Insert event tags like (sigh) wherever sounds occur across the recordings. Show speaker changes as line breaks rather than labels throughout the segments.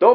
どう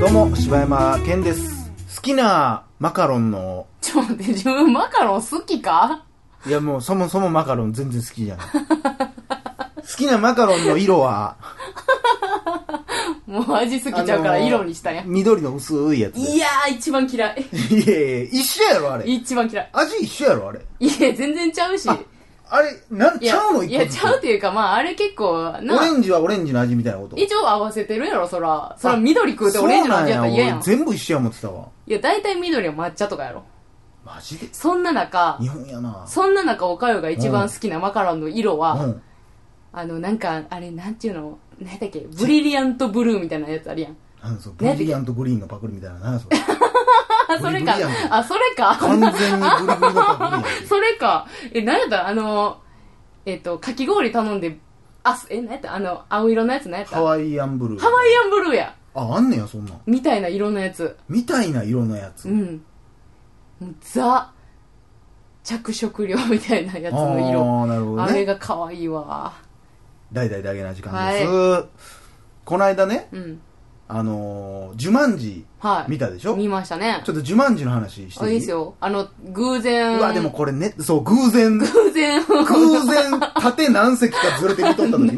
どうも、柴山健です。好きなマカロンの、
ちょっと待って、自分マカロン好きか
いやもうそもそもマカロン全然好きじゃ
(laughs)
ない。好きなマカロンの色は、
もう味好きちゃうから
あのー
色にしたんや。
緑の薄いやつで
いやー、一番嫌い。
す。いやいやいや一緒やろ、あれ。
一番嫌い。
味一緒やろ、あれ。
いや、全然ちゃうし。
あれ、なん、
い
ち
や
ゃうの
い
一個
や、
ずつ
ちゃうっていうか、まあ、あれ結構、
オレ
な、
ンジはオレンジの味みたいなこと。
一応合わせてるやろ、そら。そら、緑食うてオレンジの味やったら嫌やん。
そうなんや俺全部一緒や思ってたわ。
いや、大体緑は抹茶とかやろ。
マジで
そんな中、
日本やな。
そんな中、おかよが一番好きなマカロンの色は、
うん。
あの、なんか、あれ、なんていうの、何だっけ、ブリリアントブルーみたいなやつあるやん。
なんかそう、ブリリアントグリーンのパクリみたいな。なんやそれ。
あ、 (laughs) それか
ブリブリや。ん
あ、それか。
完全にブリブリのパクリやん。
それか。え、なんやったあの、えっと、かき氷頼んで、あ、すえ、なんやったあの、青色のやつなんやった
ハワイアンブルー。
ハワイアンブルーや。
あ、あんねや、そんなん。
みたいな色のやつ。
みたいな色のやつ。
うん。もうザ、着色料みたいなやつの色。
ああ、なるほど
あれ
ね。
が可愛いわ。
大々だけな時間です。この間ね、
うん。
あのー、ジュマンジ
はい。
見たでしょ
見ましたね
ち。ょっとジュマンジの話して
あ
いい
いいですよ。あの、偶然。
うわ、でもこれね、そう、偶然、
偶然。 (laughs)
偶然、縦何席かずれて見とった時ね。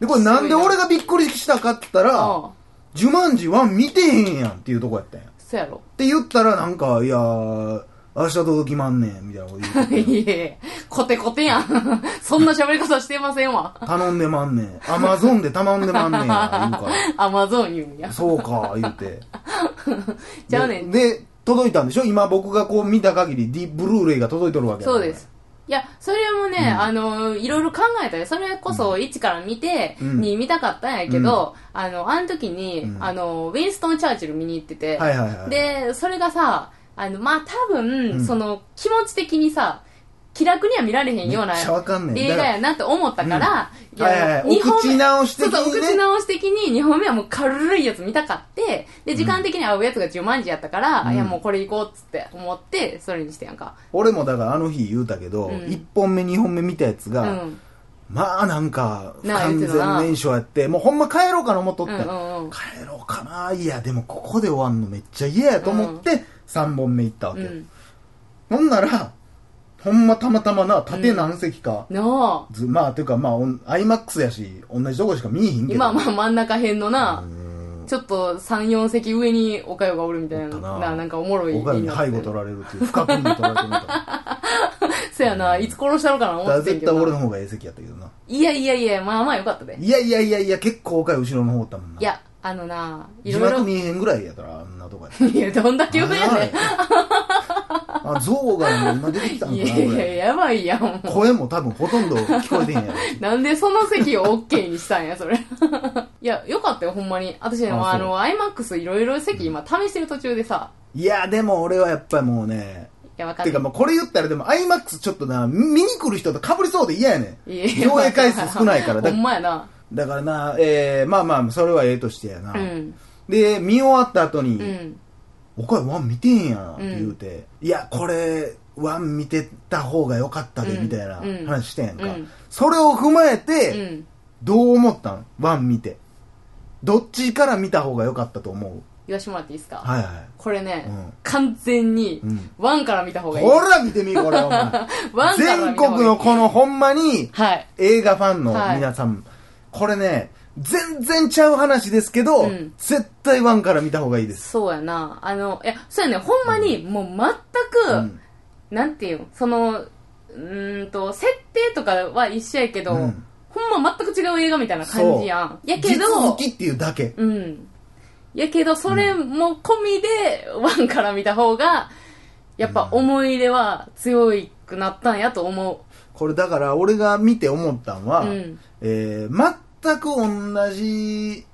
で、これなんで俺がびっくりしたかって言ったら、
あ
ジュマンジ1見てへんやんっていうとこやったんや。っ
そうやろ。
て言ったらなんか、いやー、明日届きまんねん、みたいなこと言う
(laughs)
てて
いえ、コテコテやん。 (laughs) そんな喋り方してませんわ。
頼んでまんねん。アマゾンで頼んでまんねんや、言うか
アマゾン言うんや
ら。。そうか、言うて。
(laughs) ちゃうねん。
で、で届いたんでしょ今僕がこう見た限り、ディブルーレイが届いとるわけやか
そ
ら
うです。。いや、それもね、あの、いろいろ考えたよ。それこそ1から見て、
うん
に見たかったんやけど、あの、あの時に、
うん
あの、ウィンストン・チャーチル見に行ってて、
はいはいはい。
で、それがさ、あの、まあ、多分、
うん
その、気持ち的にさ、気楽には見られへんような
めっちゃわかんねん
映画やなと思ったから、いや
はいはいはい。お
二本目
口直し
ち
的
ょっとお
に
口
ね。
直し的に2本目はもう軽いやつ見たかって、で、時間的に合うやつが10万字やったから、
うん
いやもうこれ行こうっつって思って、それにしてやんか。
俺もだからあの日言うたけど、
うん
1本目2本目見たやつ
う
が、
ん。
まあなんか不
なあ
完全燃焼やってもうほんま帰ろうかな思っとっ
う
た
ん
よ、
うんうん。
帰ろうかないやでもここで終わんのめっちゃ嫌やと思って3本目行ったわ
う
けよ、
ん。
ほんならほんまたまたまな縦何席か、
なあ。
ずまあというかまあおん IMAX やし同じとこしか見えへんけど
今はまあ真ん中辺の
う
な、
ん
ちょっと3、4席上におかよがおるみたい
お
な、
ったな
ななんかおもろい。
おかゆに背後取
と。
られるっていう不覚に取ら
(laughs)
れてるみたいだか
そやな、いつ殺したろかな思
ら
ってた
絶
け
対
ど
俺
な。
の方がええ席やったけどない
やいやいや、まあまあよかったで。
いやいやいやいや結構おかゆ後ろの方おったもんない
や、あのな、い
字
ろい
幕
ろ。
見えへんぐらいやからあんなとこやった (laughs)
いや、どんだけ上やね
あ、象が今出てきた
ん。
ん
い
か
や
な、こ
いや、
れ。
やばいやん。
声も多分ほとんど聞こえてへんやろ。
(laughs) なんでその席を OK にしたんや、それ。 (laughs) いや、よかったよ、ほんまに。私ね、
あそう
あの、IMAX いろいろ席今試してる途中でさ、
いや、でも俺はやっぱりもうね、
いや、分かってた
か。まあこれ言ったらでも IMAX ちょっとな、見に来る人と被りそうで嫌やねん。
いや (laughs)
上映回数少ないから。
ほ
だ
んまやな。
だからな、えー、まあまあ、それはええとしてやな。
うん。
で、見終わった後
う
に、
ん。
おかゆワン見てんやんって言うて、いや、これ、ワン見てた方が良かったで、
うん
みたいな話してんやんか。
うん
それを踏まえ
う
て、
ん。
どう思ったんワン見て。どっちから見た方が良かったと思う
言わしてもらっていいですか
はいは
これね
うん、
完全に
うん、
ワンから見た方がいい。
い。ほら見てみ、これ、お前。
(laughs) ワンから見た方がい
全
い。
国の。このほんまに
はい。
映画ファンの皆さん、これね、全然ちゃう話ですけど、
うん
絶対ワンから見た方がいいです。
そうやな。あの、いや、そうやね、ほんまに、もう全く、
うん
なんていうん、その、うーんと、設定とかは一緒やけど、
うん
ほんま全く違う映画みたいな感じやん。やけ
実好
ど、
きっていうだけ。
うん。やけど、それも込みで、ワンから見た方が、やっぱ思い入れは強いくなったんやと思う。
これだから俺が見て思ったんは、
うん
えー全く同じ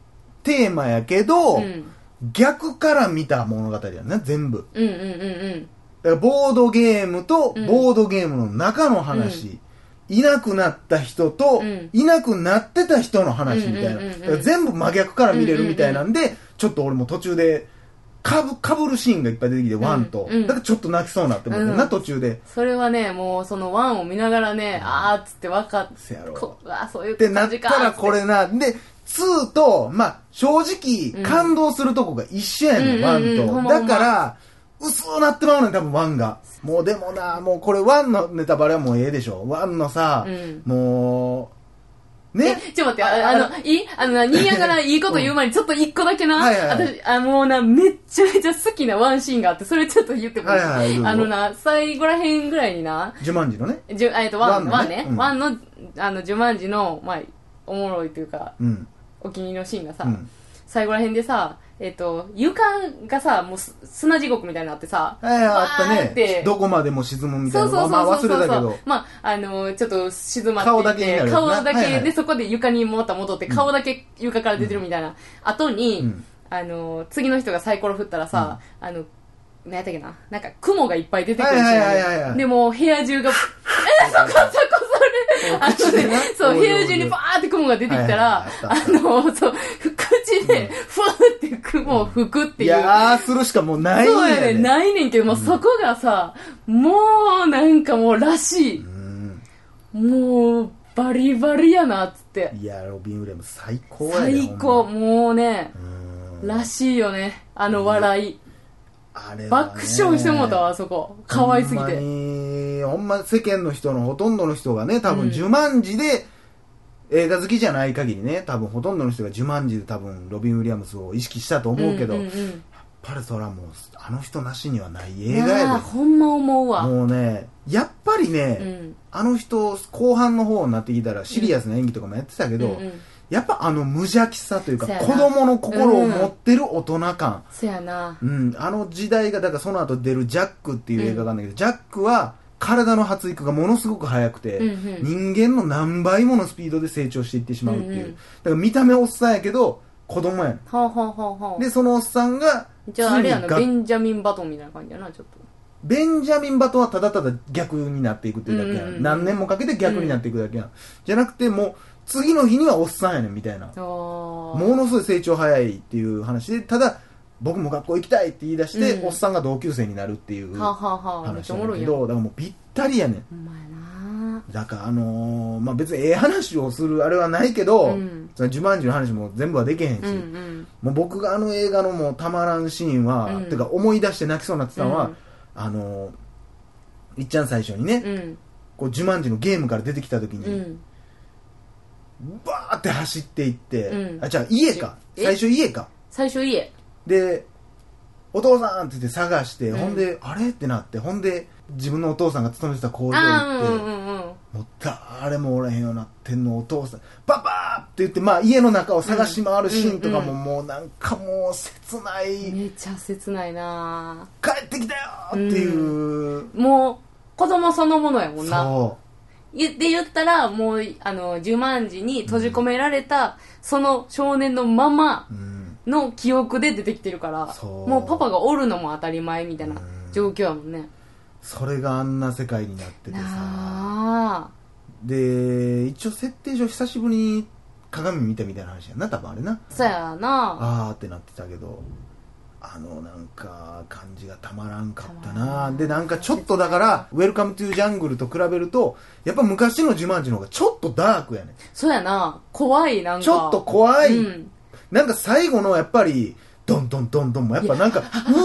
テーマやけど、
うん。
逆から見た物語やね全部
うんうんうん
だからボードゲームと
うん
ボードゲームの中の話、いなくなった人と、
うん
いなくなってた人の話みたいな、
うんうんうんうん
だから全部真逆から見れるみたいなんで、ちょっと俺も途中でかぶかぶるシーンがいっぱい出てきて、ワンと、
うん
だからちょっと泣きそうになってもってんな、
うん
途中で
それはね、もうそのワンを見ながらね、あーっつって分かっ
せやろ
こあーそうい
って
う
な
感
っ
じ
た
か。
らこれな。で、2と、まあ、正直
うん、
感動するとこが一緒やね、
うんんうんうんほ
1と。
んまほ
だ
んま
から、薄うなってまうねん、多分1が。もうでもな、もうこれ1のネタバレはもうええでしょ。1のさ
うん、
もう、
え
ね、
ちょっと待って、ああの、いいあのな、新谷からいいこと言う前に、ちょっと一個だけな、
はいはいはい
私、あ、もうな、めっちゃめちゃ好きなワンシーンがあって、それちょっと言ってもいい、
はいはいどうぞ
あのな、最後らへんぐらいにな、
ジュマンジのね。
じゅあえっと、ワン、
ワンの
ワン
ね
ね
う、ん
ワンの、あの、ジュマンジの、まあ、おもろいというか、
うん。
お気に入りのシーンがさ、
うん
最後らへんでさ、えっと、床がさ、もうす砂地獄みたいになってさ、
はい、あ
わー
っ
ったて
ね。どこまでも沈むみたい
そ
なの
うそうそう
ま
そ
あ忘
うそう
れ
そ
たけ
う
ど。。
まあ、あのーちょっと静まってて
顔だけになるやつな
顔だけ
はいはい
で、そこで床にまた戻って、顔だけ床から出てるみたいな。後に、
うん
あのー次の人がサイコロ振ったらさ、あの、何やったっけななんか雲がいっぱい出てくるし、
はいはいはいはいはい
で、もう部屋中が、え、そこそこそれあ
口
の
でな
ね、そう、
お
部
いおいおい
屋中にバーって雲が出てきたら、
はいはいはいあっ
あ
た
の、そう、口で、ふわって雲を吹くって
い
いう。
や、あーするしかもうないん
そうや
や
ね
ね。
ないねんけども、そこがさ、もうなんかもうらしい。
うん。
もう、バリバリやな、つって。
いや、ロビン・ウィリアム最高やね。
最高、
ほんま。
もうね、
うん
らしいよね。あの笑い。
あれはね
爆笑してもうたわ、あそこ。可愛すぎ
ほ
て。
んまにほんま世間の人のほとんどの人がね多
う
分
ん
呪文字で、映画好きじゃない限りね多分ほとんどの人が呪文字で多分ロビン・ウィリアムスを意識したと思うけど、
んんん
パルトラもうあの人なしにはない
い
映画
や
や
ーほんま思う
で
わ。
もうねやっぱりね、
うん
あの人後半の方になってきたらシリアスな演技とかもやってたけど、
うんうん
やっぱあの無邪気さというか
そやな
子供の心を持ってる大人感、
そやな。
うん、あの時代が、だからその後出るジャックっていう映画があるんだけど、ジャックは体の発育がものすごく速くて、
うんう
人間の何倍ものスピードで成長していってしまうっていう。
うんうん
だから見た目おっさんやけど、子供やね
ほうほうほうほ
ん。
う
で、。そのおっさんが、
じゃああれ
つい
やな、
にが
ベンジャミンバトンみたいな感じやな、ちょっと。
ベンジャミン・バトンはただただ逆になっていくっていうだけやん。
うんうんうん
何年もかけて逆になっていくだけやん。じゃなくて、もう、次の日にはおっさんやねんみたいな。
あー
ものすごい成長早いっていう話で、ただ、僕も学校行きたいって言い出して、
うん
おっさんが同級生になるっていう。
はあはあはあ、め
話
っちゃお
な
も
んだけ
ろいやん。
ど、
ほ
だからもうぴったりやねん。
んまやな。
だからあのー、まあ別にええ話をするあれはないけど、
うん
そのジュマンジの話も全部はできへんし、
うんうん。
もう僕があの映画のもうたまらんシーンは、
うん
てか思い出して泣きそうになってたのは、
うん
あのー、いっちゃん最初にね、
うん。
こうジュマンジのゲームから出てきた時
う
に、
ん。
バーって走っていって、
うん
あ、じゃあ家か。
え
最初家か。
最初家。
で、お父さんって言って探して、
うん
ほんで、あれってなって、ほんで、自分のお父さんが勤めてた工場
あ
行
あ
っ
ー、
て、
うんうんうん
もう誰もおらへんようになってんのお父さんパパーって言って、まあ、家の中を探し回るシーンとかも、
うん
もうなんかもう切ない、
うん。めっちゃ切ないな
帰ってきたよーっていう、
もう、子供そのものやもんな。
そ
言って言ったら、もう、あの、十万字に閉じ込められた、その少年のまま
う、うん、
の記憶で出てきてるから、
そう
もうパパがおるのも当たり前みたいな
うん
状況やもんね。
それがあんな世界になっててさ
なあ。
で一応設定上久しぶりに鏡見たみたいな話やんな多分あれな
そやな
あーってなってたけどあのなんか感じがたまらんかった
たまら
なんでなんかちょっとだから「ウェルカム・トゥ・ジャングル」と比べるとやっぱ昔のジュマンジの方がちょっとダークやね
そうやな怖い、なんか。
ちょっと怖い、
うん。
なんか最後のやっぱりドンドンドンドン (laughs) もやっぱなんかう
も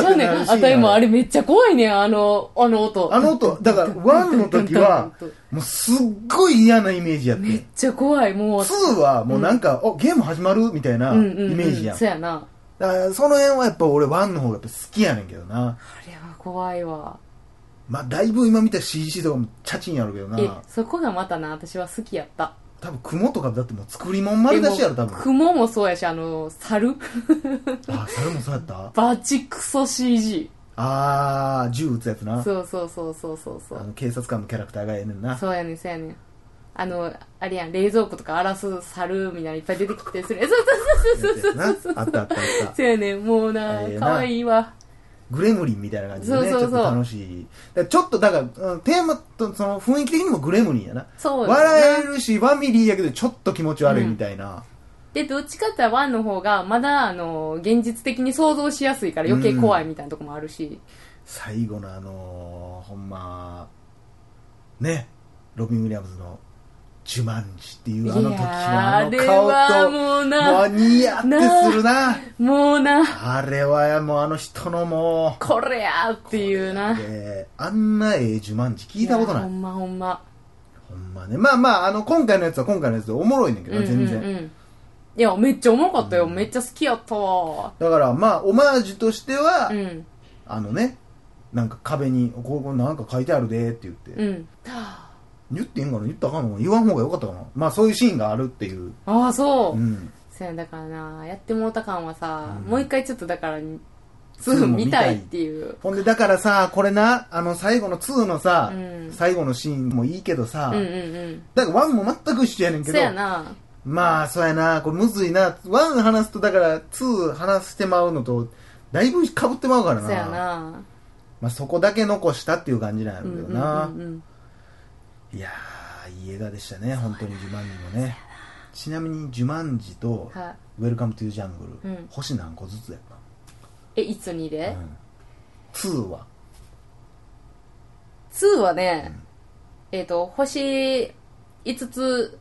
ーっ
う、ちゃ
て
うね。
なんるし
あたいもあれめっちゃ怖いねん、あの、あの音。
あの音だからワンの時はもうすっごい嫌なイメージやって
めっちゃ怖い、もう。
2はもうなんか、おゲーム始まるみたいなイ
うんうんうん
メージやん,、
そうやな。
だからその辺はやっぱ俺1の方がやっぱ好きやねんけどな
あれは怖いわ。
まあ、だいぶ今見た CG とかもチャチンやろうけど
え
な、
そこがまたな、私は好きやった。
多分雲とかだってもう作り物丸出しやろ多
で
分
も雲
(laughs)
もそうやし、あの、猿
あそれもそうやった
バチクソ CG。
あー、銃撃つやつな。
そうそうそうそうそうそ
あ
う
の警察官のキャラクターがええねんな。
そうやねんそうやねんあのあれやん冷蔵庫とか荒らす猿みたいなのいっぱい出てきたりするそうそうそうそうそう
やつやなあったあったあった。
そうやねんもうな
ええな
可愛いわ
グレムリンみたいな感じでね、
そうそうそう
ちょっと楽しい。だからちょっと、だから、うんテーマとその雰囲気的にもグレムリンやな。
そうやな
笑えるし、ファミリーやけど、ちょっと気持ち悪いみたいな。
でどっちかって言ったら1の方がまだあの現実的に想像しやすいから余計怖いみたいなとこもあるし、
最後のあのー、ほんま、ね、ロビン・ウィリアムズの、ジュマンジっていうあの時の
いや
あの
ーあれは
顔と、
もうな
もうニヤってするな。
もうな
あれはもうあの人のもう、
これやーっていうな
えーあんなええジュマンジ聞いたことない
やほ。んまほんま
ほんまね。まあまあ、あの、今回のやつは今回のやつでおもろいねんけど、全然。
うんうんうんいやめっちゃ重かったよ、めっちゃ好きやったわ
だから、まあ、オマージュとしては、
うん
あのね、なんか壁に、ここなんか書いてあるでって言って、
うん
言っていいんかな言ったらあかんのかな言わん方がよかったかなまあ、そういうシーンがあるっていう。
ああそう、
うん。
そうやだからなやってもうた感はさ、
うん
もう一回ちょっとだから
ツー
2
も
見
見た
た
い
いっていう
ほんで、だからさ、これな、あの、最後の2のさ、
うん
最後のシーンもいいけどさ、
うんうんうん
だから1も全く一緒やねんけ
そう
ど、
やな
まあ、そうやな、これむずいな、1話すと、だから2話してまうのと、だいぶ被ってまうから
そうやな
まあ、そこだけ残したっていう感じなん
う
や
ん
け
う
ど
んう
な、
んうん
いやーいい映画でしたね本当に「ジュマンジ」もねちなみに「ジュマンジ」と
はい
「ウェルカム・トゥ・ジャングル」
うん
星何個ずつやっ
えいつに
た、
で、
うん、2は
2はね、えっ、と、星5つ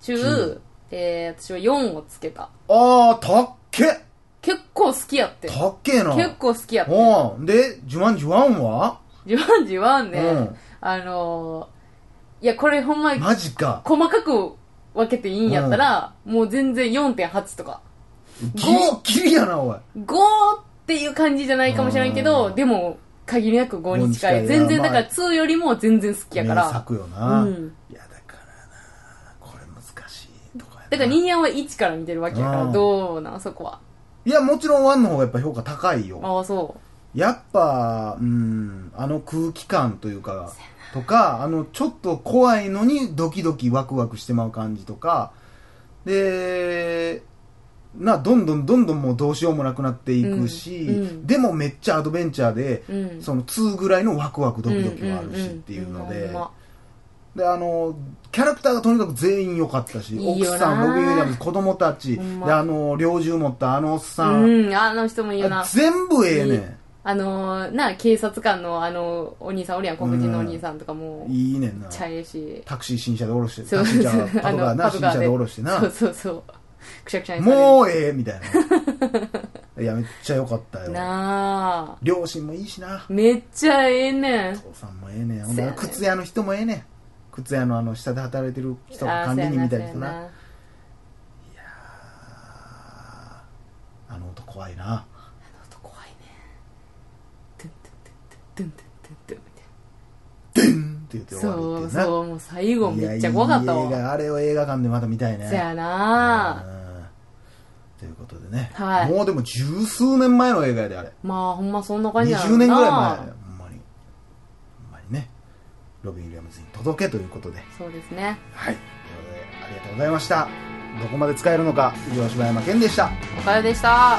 中
中、
えー、私は4をつけた。
ああたっけ
結構好きやって。
たっけえな
結構好きやって。
おうで「ジュマンジ1は」
ジュワンジはね、
うん
あのーいや、これほんまに
マジか
細かく分けていいんやったら、もう全然4.8とか。
ギリギリやなおい
5っていう感じじゃないかもしれんけど、
うん
でも、限りなく5に
5
近い。
に近いな
全然、だか
ま
ら2よりも全然好きやから。
名作よな、
うん
いやだからなこれ難しいとこやな
だから人間は1から見てるわけやから、
うん
どうなん、そこは。
いやもちろん1の方がやっぱ評価高いよ
ああ、そう。
やっぱ、うん、あの空気感というか、とか、あの、ちょっと怖いのにドキドキワクワクしてまう感じとか、で、な、どんどんどんどんもうどうしようもなくなっていくし、
うんうん
でもめっちゃアドベンチャーで、
うん
その2ぐらいのワクワクドキドキもあるしっていうので、
んんんほんま
で、あの、キャラクターがとにかく全員良かったし、
いいよな
奥さん、ロビン・ウィリアムズ、子供たち、
ほんま
で、あの、猟銃持ったあのおっさん、
うん、あの人もいいよな。
全部ええねん。
あのー、な、警察官のあの、お兄さんおるやん、黒人のお兄さんとかも、
いいねんな。
ちゃええし。
タクシー新車で降ろして、
そ
タ
う
クシ
そ
ー
う
じ
(laughs)
ゃ
そう。
パトカーな、新車で降ろしてな
そう。そうそう。くしゃくしゃにされる。
もうええみたい
(laughs)
な。いや、めっちゃ良かったよ。
なあ。
両親もいいしな。
めっちゃええねん。
父さんもええねん。ほん
そう
で
やね
靴屋の人もええねん。靴屋のあの、下で働いてる人が管理人みたいな人な。。あの音怖いな。
と怖いね。トゥントゥントゥントゥントゥントゥントゥンみた
ド
い
ゥンって言って
な。
終わるっ
そ
て
う
いうな。
そう、もう最後
いや
めっちゃ怖かった
いい映
わ。
画あれを映画館でまた見たいね。
そやな
うんということでね。
はい
もうでも十数年前の映画やで、あれ。
まあほんまそんな感じやろ
20
うな
年ぐらい前ほんまにほんまにねロビン・ウィリアムズに届けということで
そうですね。
はいということでありがとうございましたどこまで使えるのか以上柴山健でした
おかよでした。